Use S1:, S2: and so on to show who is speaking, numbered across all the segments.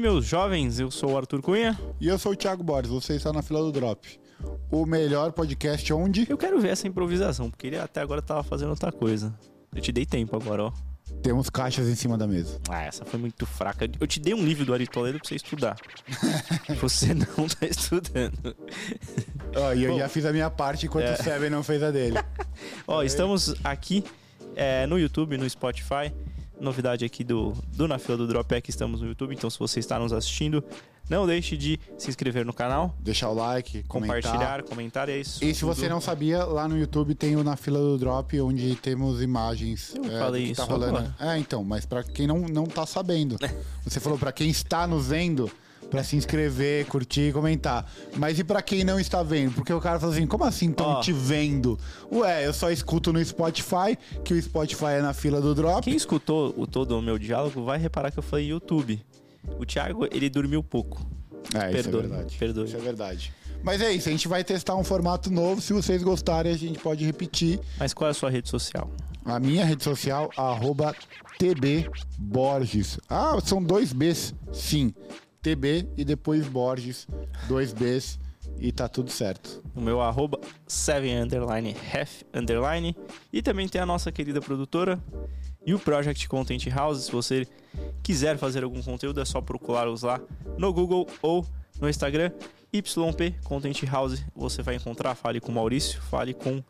S1: meus jovens. Eu sou o Arthur Cunha.
S2: E eu sou o Thiago Borges, você está na fila do Drop. O melhor podcast onde
S1: Eu quero ver essa improvisação, porque ele até agora tava fazendo outra coisa. Eu te dei tempo agora, ó.
S2: temos caixas em cima da mesa.
S1: Ah, essa foi muito fraca. Eu te dei um livro do Ari Toledo pra você estudar. você não tá estudando.
S2: Ó, Ah, e eu já fiz a minha parte enquanto o Seven não fez a dele.
S1: Ó, estamos aqui é, no YouTube, no Spotify. Novidade aqui do, do Na Fila do Drop é que estamos no YouTube, então se você está nos assistindo, não deixe de se inscrever no canal,
S2: Deixar o like, comentar.
S1: compartilhar, comentar, é isso.
S2: E se você
S1: tudo.
S2: não sabia, lá no YouTube tem o Na Fila do Drop, onde temos imagens
S1: Eu
S2: é,
S1: falei
S2: do que tá
S1: isso
S2: rolando.
S1: agora.
S2: É, então, mas pra quem não, não tá sabendo. Você falou pra quem está nos vendo, pra se inscrever, curtir e comentar. Mas e pra quem não está vendo? Porque o cara fala assim, como assim estão
S1: Ó.
S2: te vendo? Ué, eu só escuto no Spotify, que o Spotify é na fila do Drop.
S1: Quem escutou o todo o meu diálogo vai reparar que eu falei YouTube. O Thiago, ele dormiu pouco.
S2: É,
S1: Perdoe, perdoe.
S2: Isso é verdade. Mas é isso, a gente vai testar um formato novo. Se vocês gostarem, a gente pode repetir.
S1: Mas qual é a sua rede social?
S2: A minha rede social, arroba tbborges. Ah, são dois Bs, sim. TB e depois Borges, dois Bs e tá tudo certo.
S1: O meu arroba 7 underline half underline. E também tem a nossa querida produtora e o Project Content House. Se você quiser fazer algum conteúdo, é só procurá-los lá no Google ou no Instagram. YP Content House, você vai encontrar, fale com o Maurício, fale com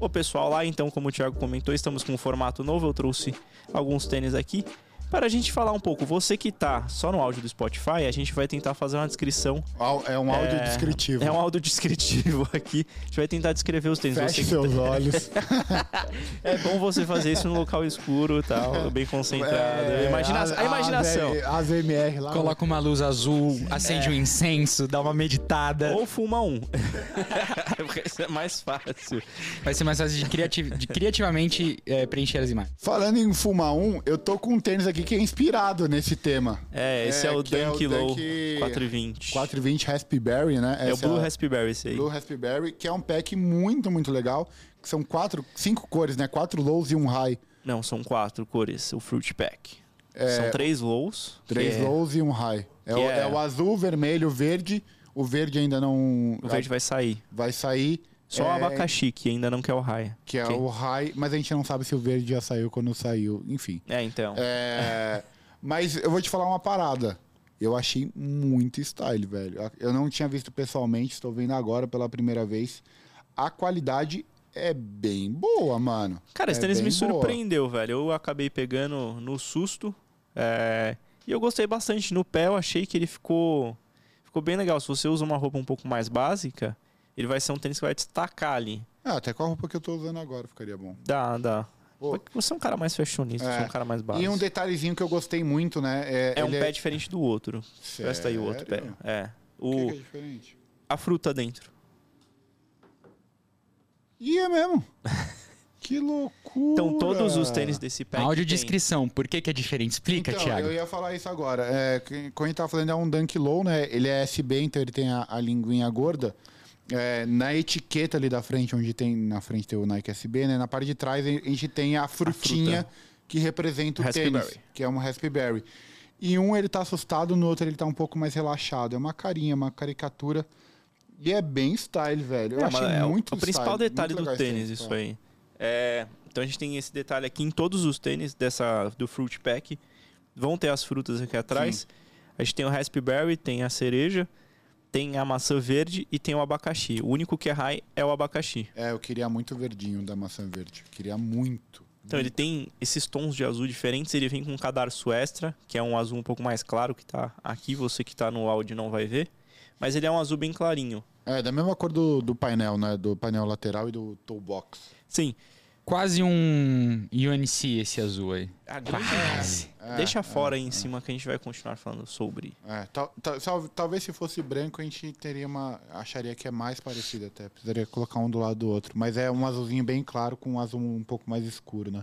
S1: o pessoal lá. Então, como o Thiago comentou, estamos com um formato novo. Eu trouxe alguns tênis aqui para a gente falar um pouco. Você que tá só no áudio do Spotify, a gente vai tentar fazer uma descrição
S2: Au- É um áudio descritivo.
S1: é um áudio descritivo aqui. A gente vai tentar descrever os tênis. Você
S2: Feche
S1: que-
S2: seus olhos.
S1: É bom você fazer isso num local escuro e tal, bem concentrado.
S2: É,
S1: Imagina-
S2: as-
S1: a, imaginação.
S2: as- As MR lá.
S3: Coloca uma luz azul,
S2: é.
S3: acende um incenso, dá uma meditada.
S1: Ou fuma um. Porque isso é mais fácil.
S3: Vai ser mais fácil de, criati- de criativamente é, preencher as imagens.
S2: Falando em fumar um, eu tô com um tênis aqui que é inspirado nesse tema.
S1: É, esse é, o
S2: que é o
S1: Dunk Low
S2: Dunk-
S1: 420.
S2: 420 Raspberry, né?
S1: É o
S2: Essa
S1: Blue Raspberry esse aí.
S2: Blue Raspberry, que é um pack muito, muito legal. Que são quatro, cinco cores, né? Quatro lows e um high.
S1: Não, são quatro cores, o Fruit Pack.
S2: É,
S1: São três lows. que
S2: Três
S1: é-
S2: lows e um high. É, o,
S1: Que é-
S2: é o azul, o vermelho, o verde. O verde ainda não
S1: O verde vai sair.
S2: vai sair.
S1: Só
S2: é,
S1: o abacaxi, que ainda não quer o raia.
S2: Que é o high, mas a gente não sabe se o verde já saiu quando saiu. Enfim.
S1: É, então.
S2: É, mas eu vou te falar uma parada. Eu achei muito style, velho. Eu não tinha visto pessoalmente, estou vendo agora pela primeira vez. A qualidade é bem boa, mano.
S1: Cara, esse
S2: É
S1: tênis
S2: bem
S1: me
S2: boa.
S1: surpreendeu, velho. Eu acabei pegando no susto. é, E eu gostei bastante. No pé eu achei que ele ficou. Ficou bem legal. Se você usa uma roupa um pouco mais básica, ele vai ser um tênis que vai destacar ali.
S2: Ah, até com a roupa que eu tô usando agora ficaria bom.
S1: Dá, dá.
S2: Pô.
S1: Você é um cara mais fashionista, você é um cara mais básico.
S2: E um detalhezinho que eu gostei muito, né?
S1: É um
S2: ele
S1: pé diferente do outro.
S2: Sério?
S1: Presta aí o outro pé. É.
S2: O que
S1: O...
S2: que é diferente?
S1: A fruta dentro.
S2: E é mesmo. que loucura.
S1: Então todos os tênis desse pé.
S3: Áudio
S1: que tem-
S3: descrição, por que, que é diferente? Explica,
S2: Então,
S3: Thiago.
S2: eu ia falar isso agora. É, que- quando a gente tava falando, é um Dunk Low, né? Ele é SB, então ele tem a, a linguinha gorda. É, na etiqueta ali da frente, onde tem... Na frente tem o Nike SB, né? Na parte de trás, a gente tem a frutinha que representa o
S1: Raspberry.
S2: tênis. Que é um Raspberry. E um ele tá assustado, no outro ele tá um pouco mais relaxado. É uma carinha, uma caricatura. E é bem style, velho. Eu
S1: É,
S2: achei
S1: mas é o-
S2: muito
S1: o principal
S2: style,
S1: detalhe
S2: muito
S1: do
S2: legal esse
S1: tênis, isso aí. É, então a gente tem esse detalhe aqui em todos os tênis dessa do Fruit Pack. Vão ter as frutas aqui atrás. A gente tem o raspberry, tem a cereja, tem a maçã verde e tem o abacaxi. O único que é high é o abacaxi.
S2: É, eu queria muito o verdinho da maçã verde. Eu queria muito.
S1: Então ele tem esses tons de azul diferentes, ele vem com um cadarço extra, que é um azul um pouco mais claro que tá aqui, você que tá no áudio não vai ver, mas ele é um azul bem clarinho.
S2: É, da mesma cor do, do painel, né? Do painel lateral e do toe box.
S1: Sim,
S3: Quase um UNC esse azul aí.
S1: a grande-
S3: Quase.
S2: É,
S1: Deixa fora aí em cima que a gente vai continuar falando sobre.
S2: É, tal- tal- sal- talvez se fosse branco a gente teria uma. acharia que é mais parecido até. Precisaria colocar um do lado do outro. Mas é um azulzinho bem claro com um azul um pouco mais escuro, né?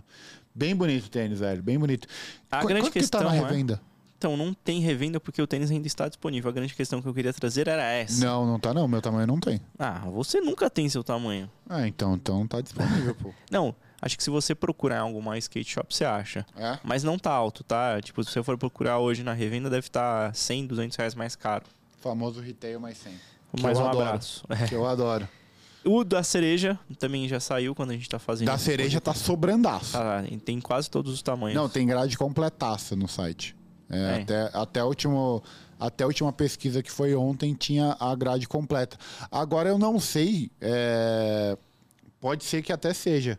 S2: Bem bonito o tênis, velho. Bem bonito.
S1: A
S2: Qu-
S1: grande
S2: quanto
S1: questão
S2: que tá na
S1: é-
S2: revenda?
S1: Então, não tem revenda porque o tênis ainda está disponível. A grande questão que eu queria trazer era essa.
S2: Não, não tá não. Meu tamanho não tem.
S1: Ah, você nunca tem seu tamanho.
S2: Ah, então, então tá disponível, pô.
S1: Não, Acho que se você procurar em alguma skate shop, você acha.
S2: É?
S1: Mas não tá alto, tá? Tipo, se você for procurar hoje na revenda, deve estar tá 100, 200 reais mais caro.
S2: Famoso retail mais 100. Que
S1: Mais
S2: eu
S1: um
S2: adoro.
S1: abraço. É.
S2: Que eu adoro.
S1: O da cereja também já saiu quando a gente tá fazendo.
S2: Da cereja tá sobrandaço.
S1: Tá, e tem quase todos os tamanhos.
S2: Não, tem grade completaça no site. É,
S1: Tem.
S2: Até, até, a último, até a última pesquisa que foi ontem tinha a grade completa. Agora eu não sei, é, pode ser que até seja,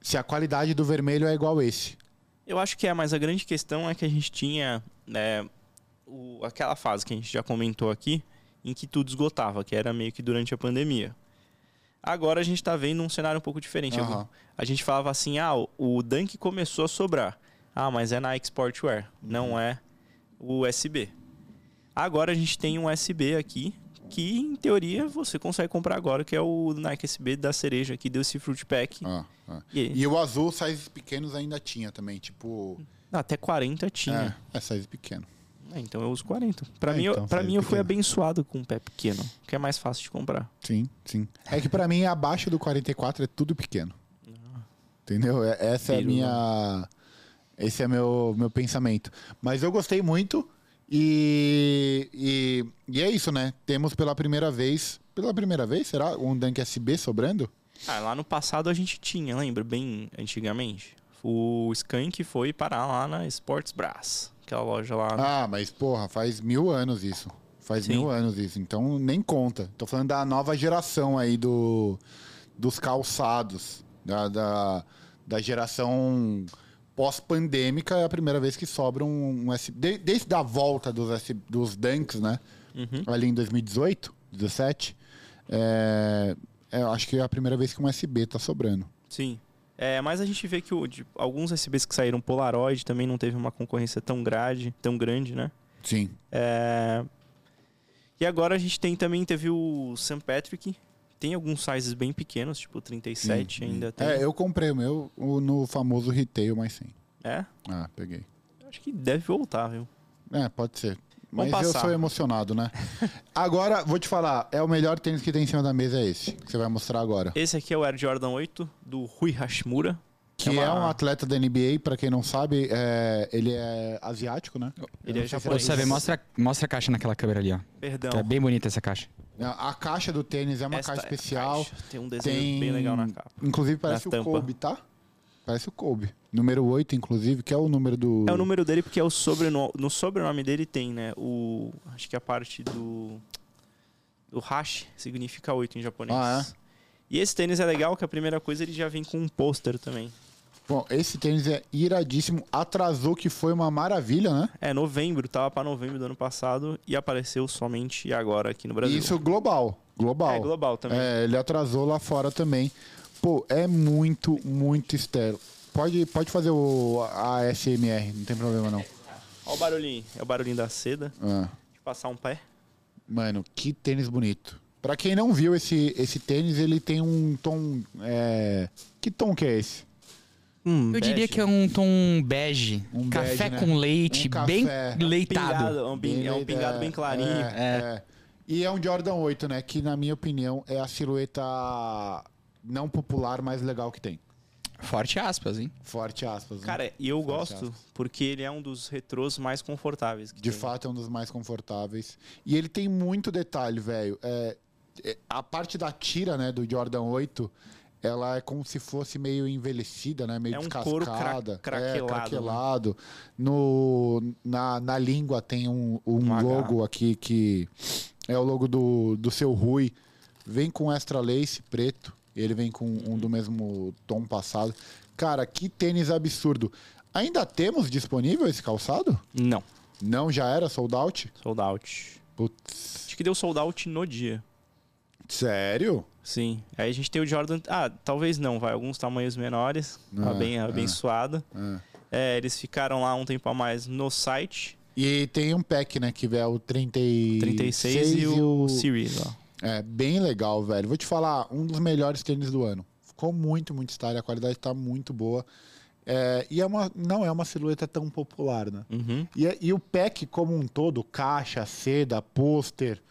S2: se a qualidade do vermelho é igual esse.
S1: Eu acho que é, mas a grande questão é que a gente tinha né, o- aquela fase que a gente já comentou aqui, em que tudo esgotava, que era meio que durante a pandemia. Agora a gente tá vendo um cenário um pouco diferente.
S2: Aham.
S1: A gente falava assim, ah, o- o Dunk começou a sobrar. Ah, mas é Nike Sportwear,
S2: Uhum.
S1: não é o USB. Agora a gente tem um USB aqui, que em teoria você consegue comprar agora, que é o Nike SB da cereja aqui, desse Fruit Pack.
S2: Ah, ah.
S1: E,
S2: E o azul, sizes pequenos ainda tinha também, tipo...
S1: até 40 tinha.
S2: É, é size pequeno.
S1: É, então eu uso 40. Pra
S2: É,
S1: mim, eu-
S2: então,
S1: pra
S2: faz
S1: mim eu fui
S2: pequeno.
S1: abençoado com um pé pequeno, que é mais fácil de comprar.
S2: Sim, sim. É que pra mim, abaixo do 44 é tudo pequeno. Entendeu? É- Essa é a
S1: Pirula.
S2: minha. Esse é meu, meu pensamento. Mas eu gostei muito. E, e, e é isso, né? Temos pela primeira vez. Pela primeira vez, será? Um Dunk SB sobrando?
S1: Ah, lá no passado a gente tinha, lembra? Bem antigamente. O Skank foi parar lá na Sports Brás, aquela loja lá.
S2: Ah, mas porra, faz mil anos isso. Faz
S1: Sim.
S2: mil anos isso. Então nem conta. Tô falando da nova geração aí do, dos calçados. Da, da, da geração pós-pandêmica é a primeira vez que sobra um, um S. de- desde a volta dos, S, dos Dunks, né?
S1: Uhum.
S2: Ali em 2018, 17. É, é, eu acho que é a primeira vez que um SB tá sobrando.
S1: Sim. É, mas a gente vê que o, de- alguns SBs que saíram Polaroid também não teve uma concorrência tão grande, tão grande, né?
S2: Sim.
S1: É, E agora a gente tem também, teve o St. Patrick. Tem alguns sizes bem pequenos, tipo 37 ainda tem.
S2: É, eu comprei o meu o- no famoso retail mais 100.
S1: é,
S2: Ah, peguei.
S1: acho que deve voltar, viu?
S2: É, pode ser. Mas
S1: Vamos
S2: eu
S1: passar.
S2: sou emocionado, né? Agora, vou te falar, é o melhor tênis que tem em cima da mesa é esse, que você vai mostrar agora.
S1: Esse aqui é o Air Jordan 8 do Rui Hashimura.
S2: Que
S1: uma-
S2: é um atleta da NBA, pra quem não sabe, é, ele é asiático, né?
S1: Ele é
S3: Ô,
S1: japonês.
S3: Sabe, mostra, mostra a caixa naquela câmera ali, ó.
S1: Perdão.
S2: Então.
S3: Que é bem bonita essa caixa.
S2: A a caixa do tênis é uma
S1: Esta
S2: caixa
S1: é a
S2: especial.
S1: caixa. Tem um desenho
S2: Tem...
S1: bem legal na capa.
S2: Inclusive parece
S1: Na
S2: o
S1: tampa.
S2: Kobe, tá? Parece o Kobe. Número 8, inclusive, que é o número do...
S1: É o número dele porque é o sobrenome. No sobrenome dele tem, né? O. Acho que a parte do. O hash significa 8 em japonês.
S2: Ah, é?
S1: E esse tênis é legal que a primeira coisa ele já vem com um pôster também.
S2: Bom, esse tênis é iradíssimo. Atrasou, que foi uma maravilha, né?
S1: É novembro, tava pra novembro do ano passado e apareceu somente agora aqui no Brasil.
S2: E isso global. Global.
S1: é global também.
S2: É, ele atrasou lá fora também. Pô, é muito, muito estéreo. Pode, pode fazer o ASMR, não tem problema não.
S1: Olha o barulhinho. É o barulhinho da seda.
S2: Ah,
S1: Deixa eu passar um pé.
S2: mano, que tênis bonito. Pra quem não viu esse, esse tênis, ele tem um tom. é, Que tom que é esse?
S3: Eu diria que é um tom bege.
S2: Um
S3: café
S2: bege, né?
S3: com leite,
S2: Um café.
S3: bem
S1: pingado.
S3: leitado.
S1: É um, ping- é um pingado bem clarinho.
S2: É, é. E é um Jordan 8, né? Que na minha opinião é a silhueta não popular mais legal que tem.
S3: Forte aspas, hein?
S2: Forte aspas. né?
S1: Cara, e eu
S2: Forte
S1: gosto porque ele é um dos retrôs mais confortáveis. Que
S2: De
S1: tem.
S2: fato, é um dos mais confortáveis. E ele tem muito detalhe, velho. É, é, a parte da tira, né, do Jordan 8, ela é como se fosse meio envelhecida, né? Meio
S1: É um couro cra-
S2: descascada. É,
S1: craquelado, né?
S2: craquelado. No, na, na língua tem um, um
S1: Um H.
S2: logo aqui que é o logo do, do seu Rui. Vem com extra lace preto. Ele vem com
S1: Uhum.
S2: um do mesmo tom passado. Cara, que tênis absurdo. Ainda temos disponível esse calçado?
S1: Não,
S2: Não, já era sold out?
S1: sold out.
S2: Putz.
S1: Acho que deu sold out no dia.
S2: Sério?
S1: Sim. Aí a gente tem o Jordan. Ah, talvez não, vai. Alguns tamanhos menores.
S2: Ah,
S1: tá bem abençoado.
S2: Ah.
S1: É, eles ficaram lá um tempo a mais no site.
S2: E tem um pack, né? Que é o 36,
S1: 36 e o, Series, ó.
S2: É, bem legal, velho. Vou te falar, um dos melhores tênis do ano. Ficou muito, muito style. A qualidade tá muito boa. É, e é uma, não é uma silhueta tão popular, né?
S1: Uhum.
S2: E, e o pack como um todo, caixa, seda, pôster,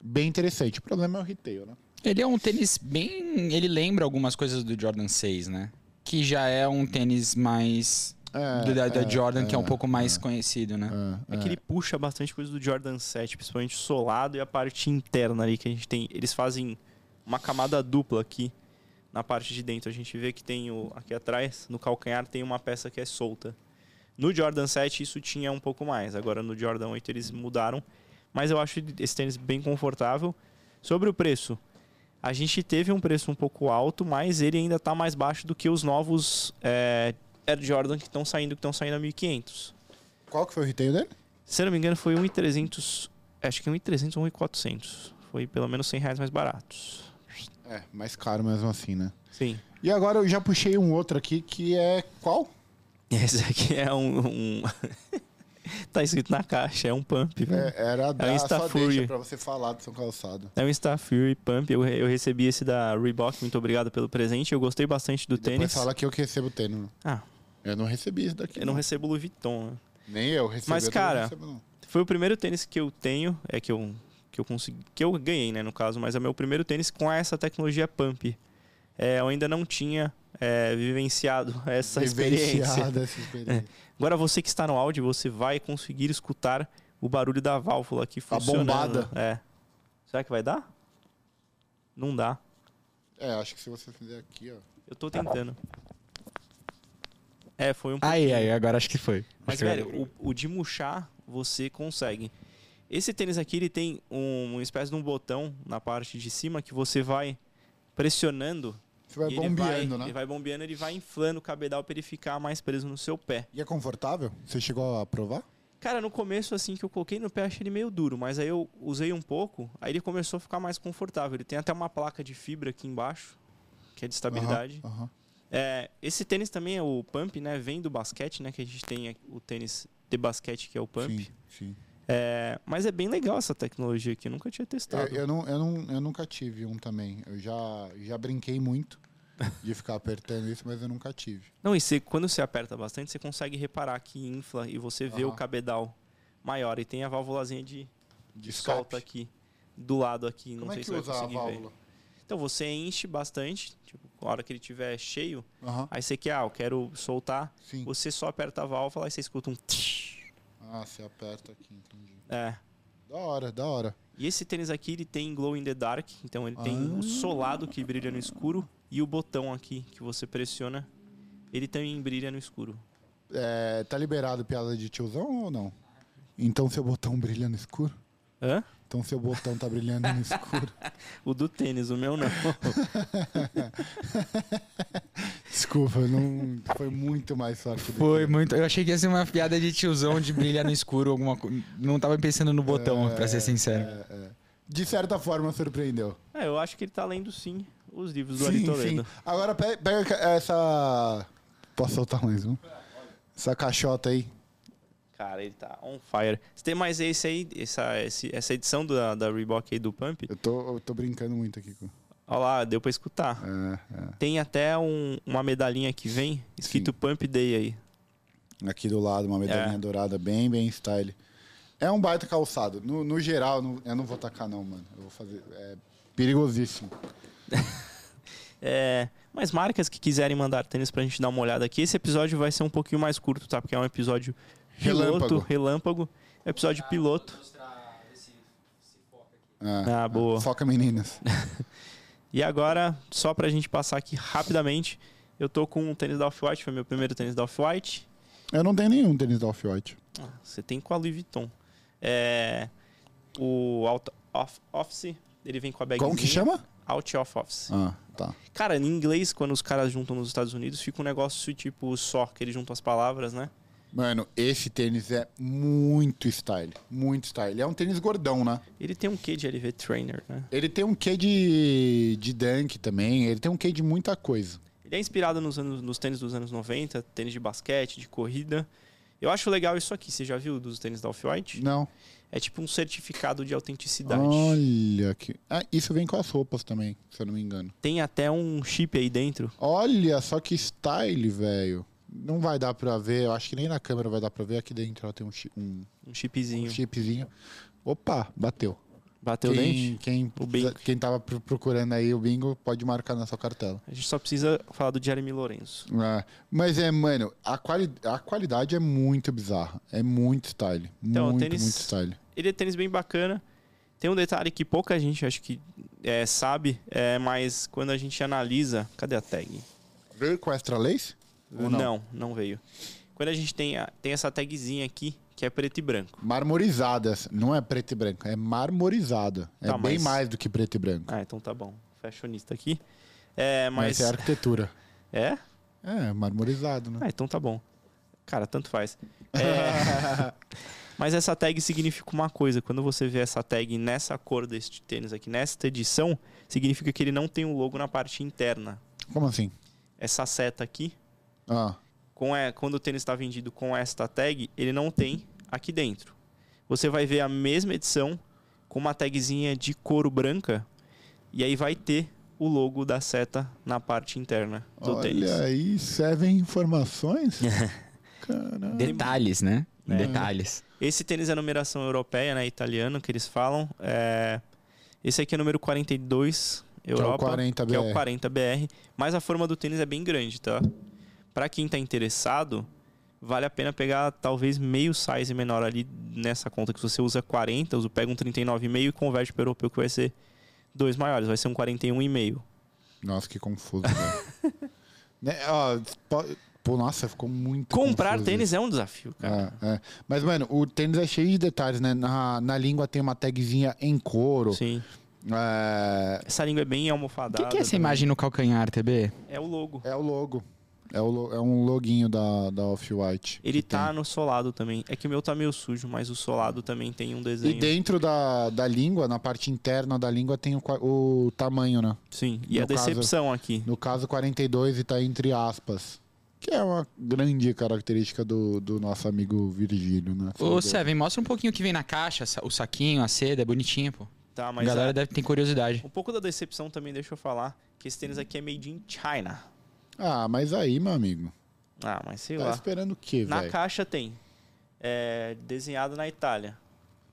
S2: bem interessante. O problema é o retail, né?
S3: Ele é um tênis bem. Ele lembra algumas coisas do Jordan 6, né? que já é um tênis mais.
S2: É,
S3: do- da, da
S2: é,
S3: Jordan, que é um pouco mais conhecido, né?
S1: É que ele puxa bastante coisa do Jordan 7, principalmente o solado e a parte interna ali que a gente tem. Eles fazem uma camada dupla aqui na parte de dentro. A gente vê que tem o, aqui atrás, no calcanhar, tem uma peça que é solta. No Jordan 7 isso tinha um pouco mais. Agora no Jordan 8 eles mudaram. Mas eu acho esse tênis bem confortável. Sobre o preço, a gente teve um preço um pouco alto, mas ele ainda está mais baixo do que os novos eh, Air Jordan que estão saindo, que estão saindo a 1500.
S2: Qual que foi o retail dele?
S1: Se eu não me engano, foi 1,300. Acho que 1,300 ou 1,400. Foi pelo menos 100 reais mais baratos.
S2: É, mais caro mesmo assim, né?
S1: Sim.
S2: E agora eu já puxei um outro aqui que é qual?
S1: Esse aqui é um. um- tá escrito na caixa, é um pump. velho.
S2: É, era da
S1: Insta
S2: só
S1: Fury.
S2: deixa pra você falar do seu calçado.
S1: É um Star Fury Pump. Eu, eu recebi esse da Reebok, muito obrigado pelo presente. Eu gostei bastante do
S2: Depois
S1: tênis.
S2: fala que eu que recebo o tênis. né?
S1: Ah.
S2: Eu não recebi isso daqui.
S1: Eu não recebo Louis Vuitton. né?
S2: Nem eu recebi.
S1: Mas,
S2: eu não
S1: cara,
S2: recebo, não.
S1: Foi o primeiro tênis que eu tenho, é que eu, que eu consegui, que eu ganhei, né, no caso, mas é o meu primeiro tênis com essa tecnologia Pump. É, eu ainda não tinha é, vivenciado essa experiência.
S2: Vivenciada essa experiência.
S1: Agora você que está no áudio, você vai conseguir escutar o barulho da válvula aqui funcionando.
S2: Tá bombada.
S1: É. Será que vai dar? Não dá.
S2: É, acho que se você fizer aqui, ó.
S1: Eu tô tentando. É, foi um
S2: Ah,
S3: Aí, aí, agora acho que foi.
S1: Mas, velho, o, o de murchar, você consegue. Esse tênis aqui, ele tem um- uma espécie de um botão na parte de cima que você vai pressionando.
S2: Você vai
S1: e ele
S2: bombeando,
S1: vai-
S2: né?
S1: Ele vai bombeando, ele vai inflando o cabedal pra ele ficar mais preso no seu pé.
S2: E é confortável? Você chegou a provar?
S1: Cara, no começo, assim, que eu coloquei no pé, achei ele meio duro, mas aí eu usei um pouco, aí ele começou a ficar mais confortável. Ele tem até uma placa de fibra aqui embaixo, que é de estabilidade.
S2: Aham, aham.
S1: É, esse tênis também é o pump, né? Vem do basquete, né? Que a gente tem o tênis de basquete, que é o pump.
S2: Sim, sim.
S1: É, mas é bem legal essa tecnologia aqui, eu nunca tinha
S2: Eu,
S1: testado.
S2: É, eu não, eu, não, eu nunca tive um também. Eu já, já brinquei muito de ficar apertando isso, mas eu nunca tive.
S1: Não, e você- quando você aperta bastante, você consegue reparar que infla e você vê o
S2: Aham.
S1: cabedal maior. E tem a válvulazinha de,
S2: De
S1: solta
S2: escape.
S1: aqui, do lado aqui. Não
S2: Como
S1: sei
S2: é que
S1: se vai
S2: usa a
S1: conseguir ver.
S2: válvula?
S1: Então você enche bastante, tipo, a hora que ele tiver cheio,
S2: Aham,
S1: aí você quer, ah, eu quero soltar,
S2: sim.
S1: você só aperta a válvula e você escuta um tsh.
S2: Ah, você aperta aqui, entendi.
S1: É.
S2: Da hora, da hora.
S1: E esse tênis aqui, ele tem glow in the dark, então ele tem
S2: Ah.
S1: o solado que brilha no escuro e o botão aqui que você pressiona, ele também brilha no escuro.
S2: É, tá liberado piada de tiozão ou não? Então seu botão brilha no escuro?
S1: Hã?
S2: Então seu botão tá brilhando no escuro.
S1: O do tênis, o meu não.
S2: Desculpa, não foi muito mais forte. do que-
S3: Foi muito. Eu achei que ia ser uma piada de tiozão de brilhar no escuro, alguma coisa. Não tava pensando no botão, pra ser sincero.
S2: É, é. De certa forma surpreendeu.
S1: É, eu acho que ele tá lendo sim os livros do Ari
S2: Sim,
S1: Toledo.
S2: sim. Agora pe- pega ca- essa. Posso soltar mais um? Essa caixota aí.
S1: Cara, ele tá on fire. Você tem mais esse aí, essa, esse- essa edição da, da Reebok aí do Pump?
S2: Eu tô, eu tô brincando muito aqui com.
S1: Olha lá, deu pra escutar.
S2: É,
S1: Tem até um- uma medalhinha que vem, escrito Pump Day aí.
S2: é. Aqui do lado, uma medalhinha
S1: É.
S2: dourada, bem, bem style. É um baita calçado. No, no geral, não- eu não vou tacar, não, mano. Eu vou fazer. É perigosíssimo.
S1: É, mas marcas que quiserem mandar tênis pra gente dar uma olhada aqui, esse episódio vai ser um pouquinho mais curto, tá? Porque é um episódio piloto,
S2: Relâmpago.
S1: relâmpago. um Episódio piloto.
S2: É.
S1: Ah, boa.
S2: Foca, meninas.
S1: E agora, só pra gente passar aqui rapidamente, eu tô com um tênis da Off-White, foi meu primeiro tênis da Off-White.
S2: Eu não tenho nenhum tênis da Off-White.
S1: Ah, Você tem com a Louis Vuitton. É, o Out of Office, ele vem com a bagzinha.
S2: Como que chama?
S1: Out of Office.
S2: Ah, tá.
S1: Cara, em inglês, quando os caras juntam nos Estados Unidos, fica um negócio tipo só, que eles juntam as palavras, né?
S2: Mano, esse tênis é muito style. Muito style. É um tênis gordão, né?
S1: Ele tem um quê de LV Trainer, né?
S2: Ele tem um quê de, de dunk também, ele tem um quê de muita coisa.
S1: Ele é inspirado nos, anos, nos tênis dos anos 90, tênis de basquete, de corrida. Eu acho legal isso aqui, você já viu dos tênis da Off-White?
S2: Não.
S1: É tipo um certificado de autenticidade.
S2: Olha que. Ah, isso vem com as roupas também, se eu não me engano.
S1: Tem até um chip aí dentro.
S2: Olha só que style, velho. Não vai dar pra ver, eu acho que nem na câmera vai dar pra ver. Aqui dentro ela tem um, chi- um
S1: Um chipzinho.
S2: chipzinho. Opa, bateu.
S1: Bateu o
S2: quem,
S1: dente?
S2: quem,
S1: O bingo.
S2: quem tava pro- procurando aí o bingo pode marcar na sua cartela.
S1: A gente só precisa falar do Jeremy Lourenço.
S2: Ah, mas é, mano, a, quali a qualidade é muito bizarra. É muito style.
S1: Então, o
S2: muito,
S1: tênis-
S2: muito style.
S1: Ele é tênis bem bacana. Tem um detalhe que pouca gente acho que é, sabe, é, mas quando a gente analisa. Cadê a tag?
S2: Veio com extra lace? Ou não?
S1: não, não veio. Quando a gente tem, a- tem essa tagzinha aqui, que é preto e branco.
S2: Marmorizadas. Não é preto e branco, é marmorizada. é
S1: Tá,
S2: bem
S1: mas-
S2: mais do que preto e branco.
S1: Ah, então tá bom. Fashionista aqui. É,
S2: Mas,
S1: mas.
S2: é arquitetura.
S1: É?
S2: É, marmorizado, né?
S1: Ah, então tá bom. Cara, tanto faz. É, Mas essa tag significa uma coisa. Quando você vê essa tag nessa cor deste tênis aqui, nesta edição, significa que ele não tem o logo na parte interna.
S2: Como assim?
S1: Essa seta aqui,
S2: Ah,
S1: com é, quando o tênis está vendido com esta tag, ele não tem aqui dentro. Você vai ver a mesma edição com uma tagzinha de couro branca e aí vai ter o logo da seta na parte interna do tênis.
S2: olha aí, servem informações? Caralho.
S3: Detalhes, né?
S1: É.
S3: Detalhes.
S1: Esse tênis é a numeração europeia, né? Italiano, que eles falam. É, Esse aqui é o número 42, Europa.
S2: 40
S1: que é
S2: BR.
S1: o 40 BR. Mas a forma do tênis é bem grande, tá? Pra quem tá interessado, vale a pena pegar talvez meio size menor ali nessa conta. Que se você usa 40, você pega um 39,5 e converte pro europeu, que vai ser dois maiores. Vai ser um 41,5.
S2: Nossa, que confuso. velho. né? ó, po- pô, nossa, ficou muito
S1: Comprar
S2: confuso
S1: tênis é um desafio, cara.
S3: Ah,
S2: É, é. Mas, mano, o tênis é cheio de detalhes, né? Na, na língua tem uma tagzinha em couro.
S1: Sim.
S2: É,
S1: Essa língua é bem
S3: O
S1: almofadada.
S3: que, que é essa
S1: também.
S3: imagem no calcanhar, TB?
S1: É o logo.
S2: é o logo. É, o lo- é um loguinho da, da Off-White.
S1: Ele
S2: que tem.
S1: tá no solado também. É que o meu tá meio sujo, mas o solado também tem um
S2: E
S1: desenho.
S2: dentro da, da língua, na parte interna da língua, tem o, qua- o tamanho, né?
S1: Sim, e
S2: No
S1: a decepção aqui.
S2: No caso, 42 e tá entre aspas. Que é uma grande característica do, do nosso amigo Virgílio, né?
S3: Ô, Seven, mostra um pouquinho o que vem na caixa, sa- o saquinho, a seda, é bonitinho, pô.
S1: Tá,
S3: A
S1: mas
S3: galera
S1: a-
S3: deve ter curiosidade.
S1: um pouco da decepção também, deixa eu falar, que esse tênis aqui é made in China.
S2: Ah, mas aí, meu amigo.
S1: Ah, mas sei
S2: tá
S1: lá.
S2: esperando o quê,
S1: Na
S2: velho?
S1: caixa tem. É, desenhado na Itália,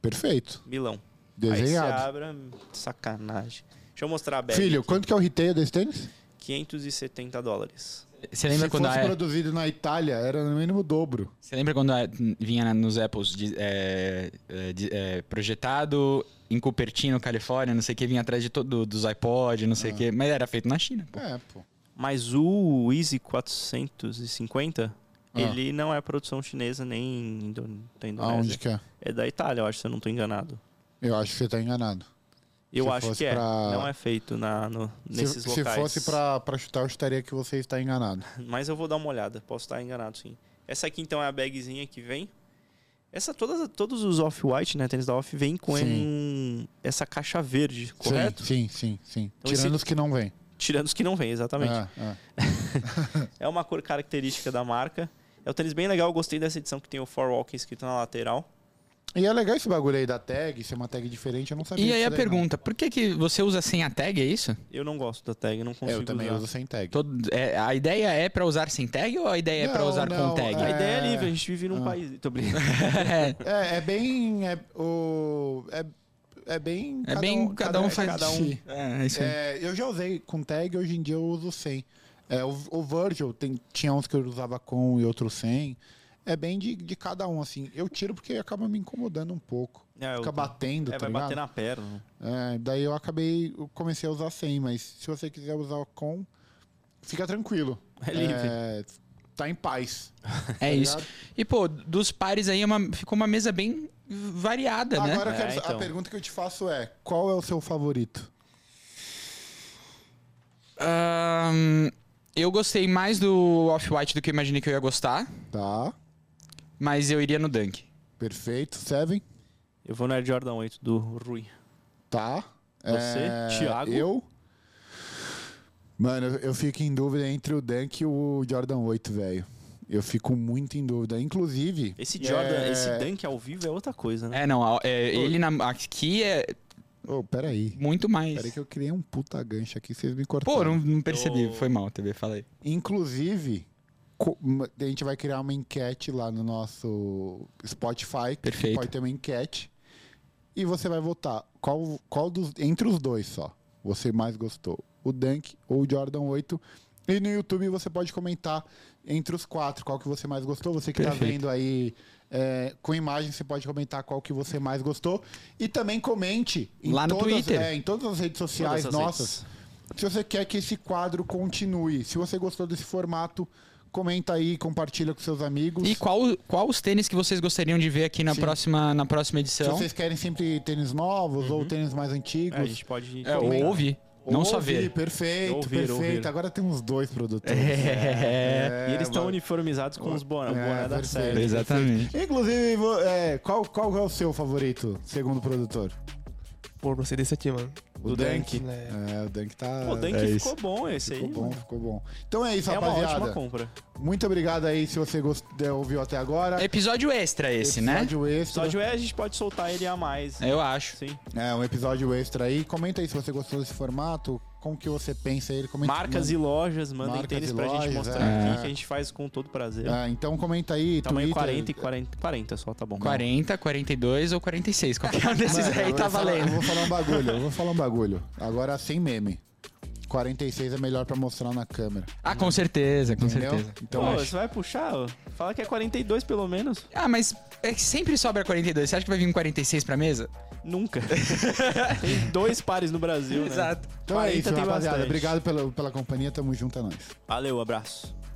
S2: Perfeito.
S1: Milão. Aí você
S2: Desenhado.
S1: abre, hum, sacanagem. Deixa eu mostrar a bag.
S2: Filho, quanto que é o retail desse tênis?
S1: 570 dólares.
S3: Você lembra
S2: Se
S3: quando
S2: fosse
S3: a-
S2: produzido na Itália, era no mínimo o dobro.
S3: Você lembra quando a- vinha na- nos Apples de- é, é, de- é, projetado em Cupertino, Califórnia, não sei o que, vinha atrás de todo, dos iPod, não sei o que, mas era feito na China, pô.
S2: É, pô.
S1: Mas o Easy 450,
S2: Ah.
S1: ele não é produção chinesa nem indo- da Indonésia.
S2: Aonde que é?
S1: É da Itália, eu acho, se eu não tô enganado.
S2: Eu acho que você tá enganado.
S1: Eu
S2: Se
S1: acho
S2: fosse
S1: que é.
S2: pra-
S1: Não é feito na, no- nesses
S2: se, se
S1: locais.
S2: fosse pra, pra chutar, eu chutaria que você está enganado.
S1: Mas eu vou dar uma olhada, posso estar enganado sim. Essa aqui então é a bagzinha que vem. Essa, todas, todos os off-white, né? Tênis da off, vem com
S2: Sim.
S1: em- essa caixa verde, correto?
S2: Sim, sim, sim. sim.
S1: Então
S2: Tirando
S1: esse-
S2: os que não vêm.
S1: Tirando os que não vem, exatamente.
S2: É, é.
S1: É uma cor característica da marca. É um tênis bem legal, eu gostei dessa edição que tem o For Walking escrito na lateral.
S2: E é legal esse bagulho aí da tag, ser uma tag diferente, eu não sabia.
S3: E aí
S2: disso daí,
S3: a
S2: não.
S3: pergunta, por que, que você usa sem a tag, é isso?
S1: Eu não gosto da tag, não
S2: É,
S1: consigo
S2: eu também
S1: usar.
S2: uso sem tag.
S3: Todo- é, a ideia é pra usar sem tag ou a ideia é pra
S2: Não,
S3: usar
S2: não,
S3: com tag?
S1: A ideia é
S2: É.
S1: livre, a gente vive num
S2: Ah.
S1: país... Tô brincando.
S3: É,
S2: É, é bem. É, o, é, é bem.
S3: é bem, cada um faz...
S2: cada um.
S3: É, é isso aí.
S2: É, eu já usei com tag, hoje em dia eu uso sem. É, o, o Virgil tem, tinha uns que eu usava com e outros sem. É bem de, de cada um, assim. Eu tiro porque acaba me incomodando um pouco.
S1: É, eu-
S2: Fica batendo,
S1: é,
S2: tá
S1: vai
S2: ligado?
S1: bater na perna.
S2: É, daí eu acabei, eu comecei a usar sem, mas se você quiser usar com, fica tranquilo.
S1: É livre.
S2: É, tá em paz.
S3: É
S2: tá
S3: isso.
S2: ligado?
S3: E, pô, dos pares aí é uma- ficou uma mesa bem variada, né?
S2: Agora eu
S1: É,
S2: quero- a
S1: então.
S2: pergunta que eu te faço é: qual é o seu favorito?
S3: Ahn, eu gostei mais do Off-White do que eu imaginei que eu ia gostar,
S2: Tá,
S3: mas eu iria no Dunk.
S2: perfeito. Seven,
S1: Eu vou no Air Jordan 8 do Rui.
S2: tá. É,
S1: Você, Thiago?
S2: Eu. Mano, eu- eu fico em dúvida entre o Dunk e o Jordan 8, velho. Eu fico muito em dúvida. Inclusive.
S1: Esse Jordan,
S2: é-
S1: esse Dunk ao vivo é outra coisa, né?
S3: É, não, a- é, ele na- aqui é
S2: Ô, peraí.
S3: muito mais.
S2: Peraí que eu criei um puta gancho aqui, vocês me cortaram.
S3: Pô, não, não percebi,
S1: Eu-
S3: foi mal, TV, falei.
S2: Inclusive, co- ma- a gente vai criar uma enquete lá no nosso Spotify. que
S3: Perfeito.
S2: Pode ter uma enquete. E você vai votar qual, qual dos, entre os dois só, você mais gostou, o Dunk ou o Jordan 8. E no YouTube você pode comentar entre os quatro qual que você mais gostou. Você que tá
S3: Perfeito.
S2: vendo aí é, com imagem, você pode comentar qual que você mais gostou. E também comente em
S3: Lá no
S2: todas,
S3: Twitter.
S2: é, em todas as redes sociais
S1: Todas as
S2: nossas
S1: redes.
S2: se você quer que esse quadro continue, se você gostou desse formato, comenta aí, compartilha com seus amigos.
S3: E qual, qual os tênis que vocês gostariam de ver aqui na,
S2: Sim.
S3: próxima, na próxima
S2: se
S3: edição?
S2: vocês querem sempre tênis novos ou tênis mais antigos.
S1: É, a gente pode.
S3: É, ou ouvir, não só
S2: Ouvir,
S3: ver.
S2: Perfeito,
S1: Ouvir,
S2: perfeito.
S1: ouvir.
S2: Agora temos dois produtores.
S3: É,
S1: e eles estão uniformizados com os boné, o boné da
S2: É, perfeito.
S1: série.
S3: exatamente.
S2: Inclusive, vo- é, qual, qual é o seu favorito, segundo o produtor?
S4: Pô, gostei desse aqui, mano.
S1: Do Dunk.
S4: É.
S2: É, o Dunk tá.
S1: Pô, o Dunk
S3: É
S1: ficou
S3: isso.
S1: bom esse
S2: Ficou
S1: aí.
S2: bom,
S1: mano.
S2: ficou bom. Então é isso,
S1: É uma ótima
S2: rapaziada.
S1: compra.
S2: Muito obrigado aí se você gost... é, ouviu até agora.
S3: Episódio extra esse, né?
S2: Episódio extra.
S1: Episódio é, a gente pode soltar ele a mais.
S3: Eu acho.
S1: Sim.
S2: É, um episódio extra aí. Comenta aí se você gostou desse formato, como que você pensa ele. Comenta,
S1: Marcas e lojas mandem
S2: Marcas
S1: tênis
S2: e
S1: pra
S2: lojas,
S1: gente mostrar
S3: é.
S1: aqui, que a gente faz com todo prazer.
S2: Ah, então comenta aí.
S1: Tamanho
S2: Twitter.
S1: 40 e 40, 40 só, tá bom.
S3: 40, 42 ou 46. Qualquer um desses
S2: Mano,
S3: aí
S2: eu
S3: tá
S2: vou falar- eu
S3: valendo.
S2: vou falar um bagulho, eu vou falar um bagulho. Agora sem meme. 46 é melhor pra mostrar na câmera.
S3: Ah, com certeza, com
S2: Entendeu?
S3: certeza.
S2: Então
S1: Pô,
S2: acho-
S1: você vai puxar? ó. Fala que é 42 pelo menos.
S3: Ah, mas é que sempre sobra 42. Você acha que vai vir um 46 pra mesa?
S1: Nunca. tem dois pares no Brasil, né?
S2: então é
S1: 40
S2: isso,
S1: tem
S2: rapaziada.
S1: bastante.
S2: Obrigado pela, pela companhia, tamo junto, é nóis.
S1: Valeu, abraço.